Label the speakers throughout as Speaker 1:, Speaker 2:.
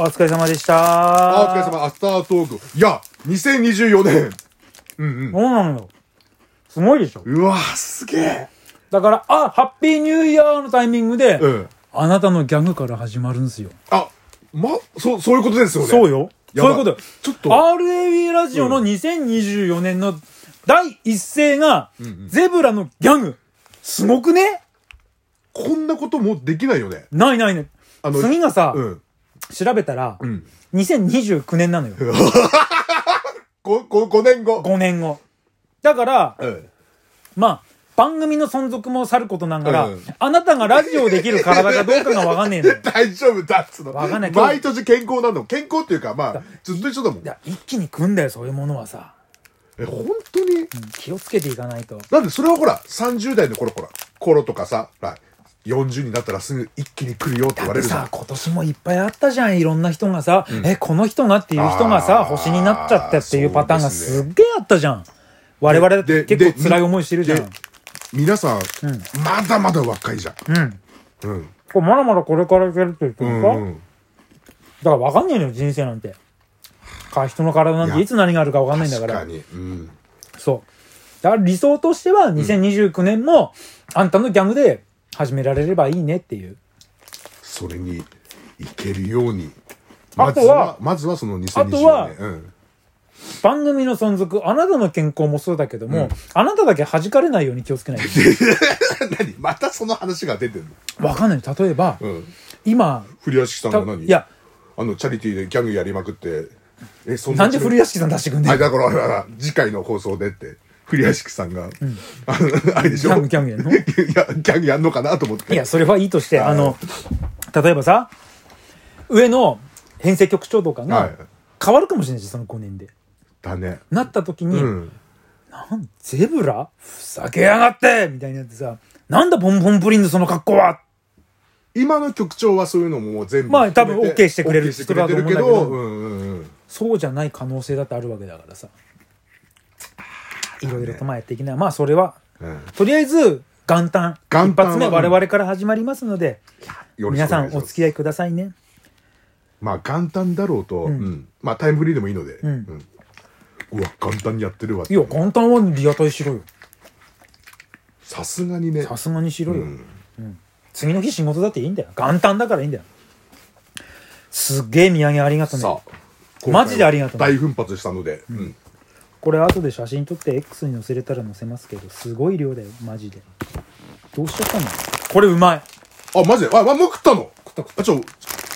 Speaker 1: お疲れ様でし
Speaker 2: あ
Speaker 1: た。
Speaker 2: お疲れ様、アフタートーク。いや、2024年。うん
Speaker 1: そうなのよ。すごいでしょ。
Speaker 2: うん。うわぁ、すげえ。
Speaker 1: だから、あ、ハッピーニューイヤーのタイミングで、
Speaker 2: うん。
Speaker 1: あなたのギャグから始まるんですよ。
Speaker 2: あ、ま、そう、そういうことですよね。
Speaker 1: そうよ。
Speaker 2: や
Speaker 1: そう
Speaker 2: ば
Speaker 1: いうことよ。
Speaker 2: ちょっと、
Speaker 1: RAB ラジオの2024年の第一声が、ゼブラのギャグ。すごくね
Speaker 2: こんなこともうできないよね。
Speaker 1: ないないね。
Speaker 2: あの
Speaker 1: 次がさ、
Speaker 2: うん。
Speaker 1: 調べたら
Speaker 2: う、ん。
Speaker 1: 2029年なのよ。
Speaker 2: こ、こ、5年後。
Speaker 1: 5年後。だから、
Speaker 2: うん。
Speaker 1: まあ、番組の存続もさることながら、
Speaker 2: うん
Speaker 1: あなたがラジオできる体がどうかがわかん ねえのよ。
Speaker 2: 大丈夫だっつうの。
Speaker 1: わかんない今日
Speaker 2: 毎年健康なんだもん。健康っていうか、まあ、ずっと一緒だもん
Speaker 1: い。や、一気に食うんだよ、そういうものはさ。
Speaker 2: え、本当に
Speaker 1: うん気をつけていかないと。
Speaker 2: なんで、それはほら、30代の頃、ほら、頃とかさ、ほら40になったらすぐ一気に来るよって
Speaker 1: だ
Speaker 2: 言
Speaker 1: っ
Speaker 2: われ
Speaker 1: て
Speaker 2: るじゃん
Speaker 1: さ、今年もいっぱいあったじゃん、いろんな人がさ、え、この人がっていう人がさ、
Speaker 2: あー
Speaker 1: 星になっちゃったっていうパターンが
Speaker 2: そうです
Speaker 1: すっげえあったじゃん。我々だって
Speaker 2: で
Speaker 1: 結構
Speaker 2: で
Speaker 1: 辛い思いしてるじゃん。
Speaker 2: で皆さん、まだまだ若いじゃん。
Speaker 1: うん。
Speaker 2: うん。
Speaker 1: これまだまだこれからいけるって言って
Speaker 2: う
Speaker 1: る
Speaker 2: ん
Speaker 1: さ、
Speaker 2: うん。
Speaker 1: だからわかんねえのよ、人生なんて。か人の体なん
Speaker 2: い
Speaker 1: て
Speaker 2: や
Speaker 1: いつ何があるかわかんないんだ
Speaker 2: 確
Speaker 1: から。
Speaker 2: かに。うん。
Speaker 1: そう。だから理想としては2029年も、あんたのギャグで始められればいいねっていう。
Speaker 2: それに、いけるように。
Speaker 1: あとは
Speaker 2: まずは、まずはその2020年。
Speaker 1: あとは
Speaker 2: うん。
Speaker 1: 番組の存続、あなたの健康もそうだけども、あなただけ弾かれないように気をつけないと。
Speaker 2: 何またその話が出てんの
Speaker 1: わかんない。例えば、
Speaker 2: うん。
Speaker 1: 今、
Speaker 2: 古屋敷さんが
Speaker 1: た
Speaker 2: 何
Speaker 1: いや、
Speaker 2: あの、チャリティーでギャグやりまくって、え、そん
Speaker 1: なんで古
Speaker 2: 屋
Speaker 1: 屋敷さん出してくんね
Speaker 2: はい、
Speaker 1: ん。
Speaker 2: だから、あらあら次回の放送でって、古屋敷さんが、あのあれでし
Speaker 1: ギャ
Speaker 2: ょ
Speaker 1: グギャグやんの
Speaker 2: いや、ギャグやんのかなと思って。
Speaker 1: いや、それはいいとして、あの、例えばさ、上の編成局長とか
Speaker 2: は
Speaker 1: が
Speaker 2: い
Speaker 1: 変わるかもしれないし、その5年で。
Speaker 2: だね。
Speaker 1: なった時に、
Speaker 2: うん。
Speaker 1: なんゼブラふざけやがってみたいになってさ、なんだボンボンプリンのその格好は
Speaker 2: 今の局長はそういうのももう全部
Speaker 1: まあ
Speaker 2: 含めて。
Speaker 1: 多分 OK してくれる
Speaker 2: OK してくれてるけ
Speaker 1: 人だと思
Speaker 2: ど、
Speaker 1: う
Speaker 2: うんうんうん。
Speaker 1: そうじゃない可能性だってあるわけだからさ。いろいろとまあやっていきな。まあそれは、
Speaker 2: うん
Speaker 1: とりあえず元旦、
Speaker 2: 元
Speaker 1: 一
Speaker 2: 旦は
Speaker 1: 発目我々から始まりますので、
Speaker 2: よろしく
Speaker 1: 皆
Speaker 2: お
Speaker 1: さ
Speaker 2: 願い
Speaker 1: ん
Speaker 2: し
Speaker 1: お
Speaker 2: ま
Speaker 1: 付
Speaker 2: す。
Speaker 1: き合いくださいね。
Speaker 2: まあ、元旦だろうと、うんまあ、タイムフリーでもいいので、うんうんうわ、元旦にやってるわって
Speaker 1: いや、元旦はリアタイしろよ。
Speaker 2: さすがにね、
Speaker 1: さすがにしろよ、うん次の日仕事だっていいんだよ。元旦だからいいんだよ。すっげえ土産ありがと
Speaker 2: さ
Speaker 1: ね。
Speaker 2: あ、
Speaker 1: マジでありがとうね
Speaker 2: 大奮発したので、うん
Speaker 1: これ後で写真撮って X に載せれたら載せますけど、すごい量だよ、マジで。どうしちゃったのこれうまい。
Speaker 2: あ、マジであ、ま、もう食ったの
Speaker 1: 食った食
Speaker 2: あ、ちょ、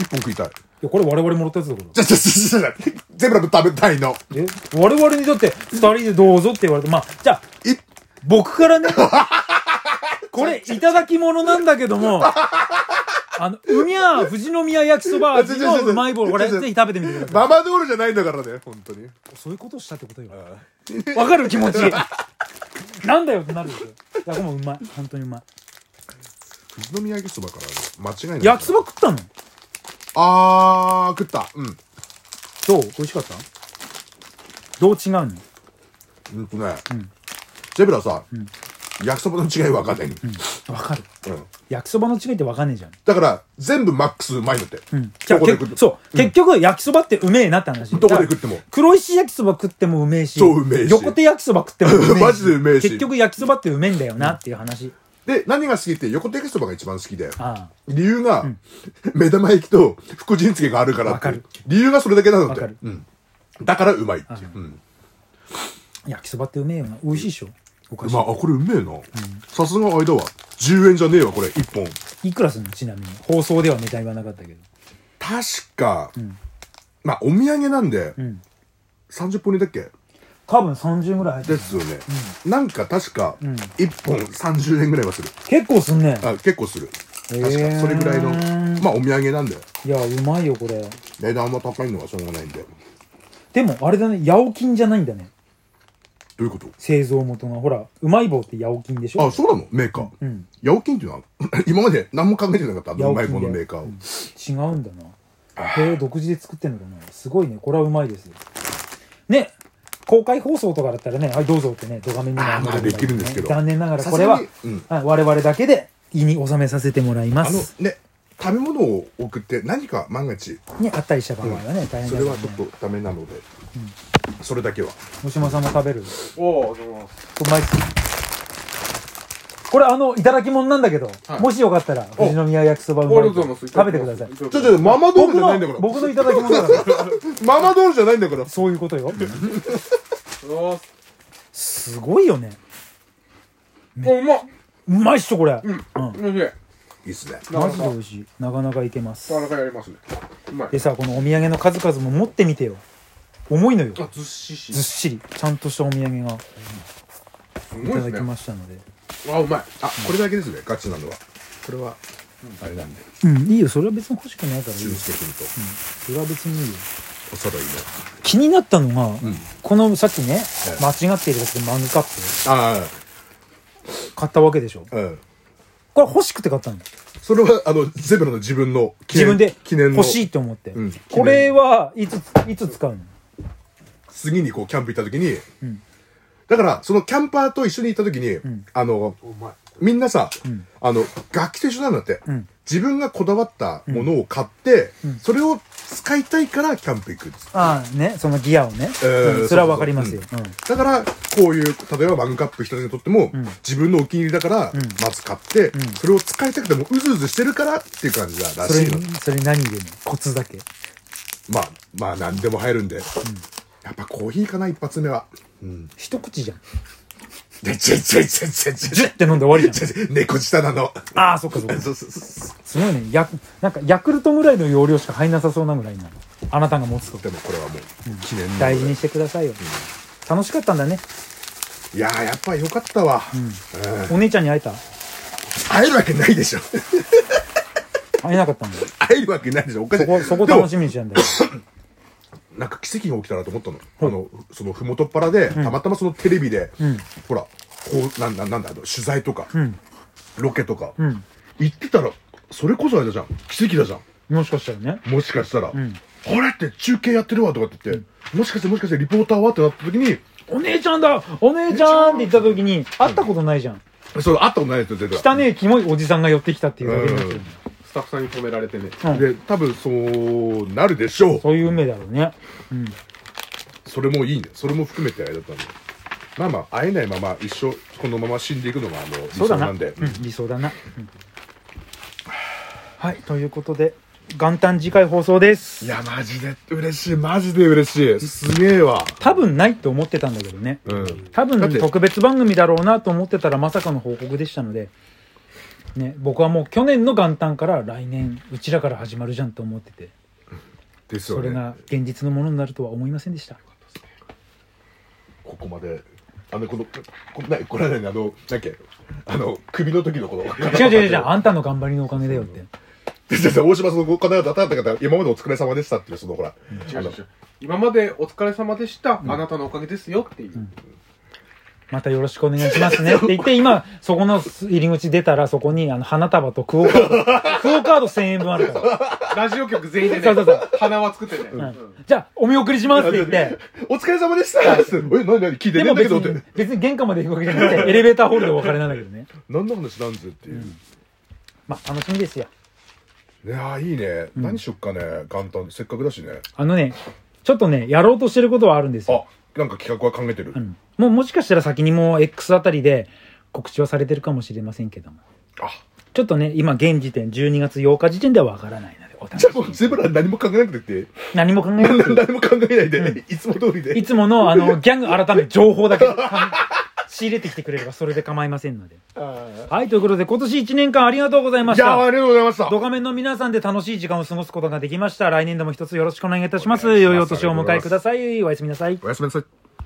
Speaker 2: 一本食いたい。
Speaker 1: いや、これ我々もらったやつだから。
Speaker 2: じゃ、じゃ、じゃ、じゃ、ゼブラ君食べたいの。
Speaker 1: え我々にだって二人でどうぞって言われてまあじゃあ
Speaker 2: い
Speaker 1: 僕からねこれいただき物なんだけどもあのうみゃー富士宮焼きそば味のうまい棒これぜひ食べてみてください
Speaker 2: ママドールじゃないんだからね、本当に。
Speaker 1: そういうことをしたってことよわかる気持ちなんだよってなるでしょいやでもうまい本当にうまい
Speaker 2: 富士宮焼きそばからね、間違いない。
Speaker 1: 焼きそば食ったの
Speaker 2: あー、食った。うん。
Speaker 1: どう美味しかったどう違うの
Speaker 2: うんとね、ゼブラさ、焼きそばの違い分かんない。
Speaker 1: わかる
Speaker 2: うん
Speaker 1: 焼きそばの違いってわかんねえじゃん
Speaker 2: だから、全部マックスうまいのって。
Speaker 1: じゃあ
Speaker 2: どこで食
Speaker 1: け
Speaker 2: っても
Speaker 1: そう、結局焼きそばってうめえなって話。
Speaker 2: どこで食っても
Speaker 1: だから黒石焼きそば食ってもうめえし。
Speaker 2: そううめえし
Speaker 1: 横手焼きそば食ってもうめえし。
Speaker 2: マジでうめえし
Speaker 1: 結局焼きそばってうめえんだよなっていう話。
Speaker 2: で、何が好きって、横手焼きそばが一番好きで。
Speaker 1: あ
Speaker 2: 理由が、目玉焼きと福神漬けがあるからってい
Speaker 1: わ
Speaker 2: う
Speaker 1: か。
Speaker 2: 理由がそれだけなのっ
Speaker 1: わ
Speaker 2: て
Speaker 1: かる。
Speaker 2: うんだからうまいっていう。うん
Speaker 1: あ、焼きそばってうめえよな。美味しいでしょ。おかし
Speaker 2: まあ、あこれうめえな。さすが間は。10円じゃねえわ、これ、1本。
Speaker 1: い。いくらするのちなみに。放送ではネタ言わなかったけど。
Speaker 2: 確か、まあ、お土産なんで、
Speaker 1: ん
Speaker 2: 30本入れたっけ
Speaker 1: 多分30ぐらい入って
Speaker 2: で
Speaker 1: る。
Speaker 2: すよね。なんか確か、1本30円ぐらいはする。
Speaker 1: 結構すんね。
Speaker 2: あ結構する。
Speaker 1: へ
Speaker 2: 確
Speaker 1: ー
Speaker 2: か、それぐらいの。まあ、お土産なんで、
Speaker 1: いや、うまいよこれ。
Speaker 2: 値段は高いのはしょうがないんで。ど
Speaker 1: でも、あれだね。八百金じゃないんだね。
Speaker 2: ういうこと
Speaker 1: 製造元が。ほら、うまい棒って八百金でしょ。
Speaker 2: あ、そうなのメーカー。
Speaker 1: ん
Speaker 2: ヤオキンっていうのは、 今まで何も考えてなかった、あ
Speaker 1: ヤ
Speaker 2: の
Speaker 1: オ
Speaker 2: う
Speaker 1: キン
Speaker 2: ま
Speaker 1: で
Speaker 2: い棒のメーカーを。
Speaker 1: 違うんだなへえ独自で作ってんのかなすごいねこれはうまいですよね公開放送とかだったらねはいどうぞってねド画面に
Speaker 2: あーまだできるんですけど
Speaker 1: 残念ながらこれは
Speaker 2: さすがにうん
Speaker 1: はい我々だけで胃に収めさせてもらいま
Speaker 2: あの
Speaker 1: す
Speaker 2: ね、食べ物を送って何か万が一
Speaker 1: にあったりした場合はね、大変
Speaker 2: そ
Speaker 1: だ
Speaker 2: れ
Speaker 1: よ
Speaker 2: は
Speaker 1: ね
Speaker 2: ちょっとダメなので、それだけは
Speaker 1: 大島さんも食べる
Speaker 3: おお、でも、
Speaker 1: これ毎月これあのいただきもんなんだけど、
Speaker 3: はい
Speaker 1: もしよかったら
Speaker 3: お
Speaker 1: 富士宮焼きそばう
Speaker 3: あ
Speaker 1: まい
Speaker 3: り
Speaker 1: と
Speaker 3: がとうございます。
Speaker 1: 食べてください
Speaker 3: ちょっ
Speaker 2: ちょちょママドール
Speaker 1: 僕
Speaker 2: じゃないんだ
Speaker 1: の
Speaker 2: から
Speaker 1: 僕のいただきもんだから
Speaker 2: ママドールじゃないんだから
Speaker 1: そういうことよ
Speaker 3: と。
Speaker 1: すごいよね
Speaker 3: お、うまっ。
Speaker 1: うまいっしょこれ、
Speaker 3: うん。おいしい。
Speaker 2: いいっすね
Speaker 3: な
Speaker 1: マ
Speaker 3: かな
Speaker 1: ジで
Speaker 3: か、
Speaker 1: 美味しいなかなかいけます
Speaker 3: なかなかやりますね。うまい
Speaker 1: で。さこのお土産の数々も持ってみてよ重いのよ
Speaker 3: あ、ずっしし。
Speaker 1: ずっ
Speaker 3: す
Speaker 1: しりちゃんとしたお土産がい
Speaker 3: ご
Speaker 1: た
Speaker 3: い
Speaker 1: だ
Speaker 3: で
Speaker 1: き
Speaker 3: すね。
Speaker 1: ましたので
Speaker 3: あ、うまい。
Speaker 2: あこれだけですねガチなのはこれはあれなんで
Speaker 1: うんいいよそれは別に欲しくないからいい
Speaker 2: 俊
Speaker 1: よ
Speaker 2: 介君と
Speaker 1: それは別にいいよ
Speaker 2: お揃いの
Speaker 1: 気になったのが、
Speaker 2: ん
Speaker 1: このさっきね
Speaker 2: ええ
Speaker 1: 間違っているやつでマグカッ
Speaker 2: あ
Speaker 1: プ買ったわけでしょ
Speaker 2: あうん
Speaker 1: これ欲しくて買ったんだ
Speaker 2: それはあのゼブラの自分の記
Speaker 1: 自
Speaker 2: 念
Speaker 1: 分で
Speaker 2: 記念の
Speaker 1: 欲しいと思って、
Speaker 2: うん記念
Speaker 1: これはいついつ使うの
Speaker 2: 次にこうキャンプ行った時に、だからそのキャンパーと一緒に行った時に、あの
Speaker 3: うまい。
Speaker 2: みんなさ、あの楽器と一緒なんだって、
Speaker 1: ん
Speaker 2: 自分がこだわったものを買って、それを使いたいからキャンプ行くんです
Speaker 1: ああねそのギアをね、
Speaker 2: えー
Speaker 1: うんそれはわかりますよ
Speaker 2: そうだからこういう例えばマグカップ一つにとっても、自分のお気に入りだから、まず買って、それを使いたくてもうずうずしてるからっていう感じだら
Speaker 1: うん
Speaker 2: しい
Speaker 1: そ
Speaker 2: の
Speaker 1: れにそれに何入れるのコツだけ
Speaker 2: まあまあ何でも入るんで、やっぱコーヒーかな一発 目は。うん、
Speaker 1: 一口じゃん
Speaker 2: でちょちょちょちょちょ
Speaker 1: ジュッて飲んで終わりじ
Speaker 2: ちょちょ 猫舌なの。
Speaker 1: ゃん ああそっかそっか
Speaker 2: そうそうそう
Speaker 1: すごいねヤクなんかヤクルトぐらいの容量しか入んなさそうなぐらいなのあなたが持つと
Speaker 2: でもこれはもう記念の
Speaker 1: 大事にしてくださいよ、楽しかったんだね
Speaker 2: いやーやっぱよかったわ、うん
Speaker 1: お姉ちゃんに会えた
Speaker 2: 会えるわけないでしょ
Speaker 1: 会えなかったんだよ
Speaker 2: 会えるわけないでしょおかし
Speaker 1: そ
Speaker 2: い
Speaker 1: こそこ
Speaker 2: でも
Speaker 1: 楽しみにしてたんだよ
Speaker 2: なんか奇跡が起きたなと思ったの、あのそのふもとっぱらで、たまたまそのテレビで、ほらこうなんなんなんだあの取材とか、ロケとか、行ってたらそれこそあれだじゃん奇跡だじゃん
Speaker 1: もしかしたらね
Speaker 2: もしかしたら、これって中継やってるわとかって言って、もしかしてもしかしてリポーターはってなった時に
Speaker 1: お姉ちゃんだお姉ちゃんって言った時に会ったことないじゃん
Speaker 2: それ会ったことないやつ出てた
Speaker 1: 汚ねえキモいおじさんが寄ってきたっていうだけになってる
Speaker 2: うん
Speaker 3: スタッフさんに止められてね。
Speaker 1: うん
Speaker 2: で多分そうなるでしょう
Speaker 1: そういう運命だろうね
Speaker 2: それもいいねそれも含めてあれだったんでまあまあ会えないまま一生このまま死んでいくのがあの理
Speaker 1: そうだ
Speaker 2: 想
Speaker 1: な
Speaker 2: なんで
Speaker 1: うん理想だな、うんはいということで元旦次回放送です
Speaker 2: いやマジで嬉しいマジで嬉しいすげえわ
Speaker 1: 多分ないと思ってたんだけどね
Speaker 2: うん
Speaker 1: 多分
Speaker 2: だって
Speaker 1: 特別番組だろうなと思ってたらまさかの報告でしたので、ね、僕はもう去年の元旦から来年うちらから始まるじゃんと思ってて
Speaker 2: ですよ
Speaker 1: それ
Speaker 2: ね
Speaker 1: が現実のものになるとは思いませんでした
Speaker 2: ここまであのこのこないこれ間にあのなんだっけあの首の時のこ の
Speaker 1: 違う違う違うあんたの頑張りのおかげだよって
Speaker 2: 違う違う大島さんの方々だった方今までお疲れ様でしたっていうそのほら
Speaker 3: 違う違う違う。今までお疲れ様でした。あなたのおかげですよっていう。
Speaker 1: またよろしくお願いしますねって言って今そこの入り口出たらそこにあの花束とクオカードクオカード1000円分あるから、
Speaker 3: ラジオ局全員で
Speaker 1: そうそうそ
Speaker 3: ね、花輪作ってね。
Speaker 1: うん
Speaker 3: うん
Speaker 1: じゃあお見送りしますって言って
Speaker 2: お疲れ様でした ってえ何何聞いて
Speaker 1: で
Speaker 2: ねえ
Speaker 1: も
Speaker 2: んだ
Speaker 1: 別
Speaker 2: けどって
Speaker 1: に別に玄関まで行くわけじゃなくてエレベーターホールでお別れなんだけどね
Speaker 2: 何の話なんぜっていう、
Speaker 1: まあ楽しみですよ
Speaker 2: いやーいいね、何しよっかね元旦せっかくだしね
Speaker 1: あのね、ちょっとね、やろうとしてることはあるんですよ
Speaker 2: あ。なんか企画は考えてる、
Speaker 1: うんもうもしかしたら先にもう X あたりで告知はされてるかもしれませんけども。
Speaker 2: あ
Speaker 1: ちょっとね、今現時点、12月8日時点ではわからないので、お楽
Speaker 2: じ
Speaker 1: し
Speaker 2: ゃあもうゼブラ何も考えなくて いい
Speaker 1: み何も考えなく
Speaker 2: 何も考えないで、いつも通り
Speaker 1: て、い
Speaker 2: で
Speaker 1: つものあの、ギャグ改め情報だけ仕入れてきてくれればそれで構いませんので。はい、ということで今年1年間ありがとうございま
Speaker 2: い
Speaker 1: し
Speaker 2: やーあ
Speaker 1: た。
Speaker 2: りがとうございました
Speaker 1: ドカメンの皆さんで楽しい時間を過ごすことができました。来年度も一つよろしくお願いいたします。良いお年をお迎えください。おやすみなさい。
Speaker 2: おやすみなさい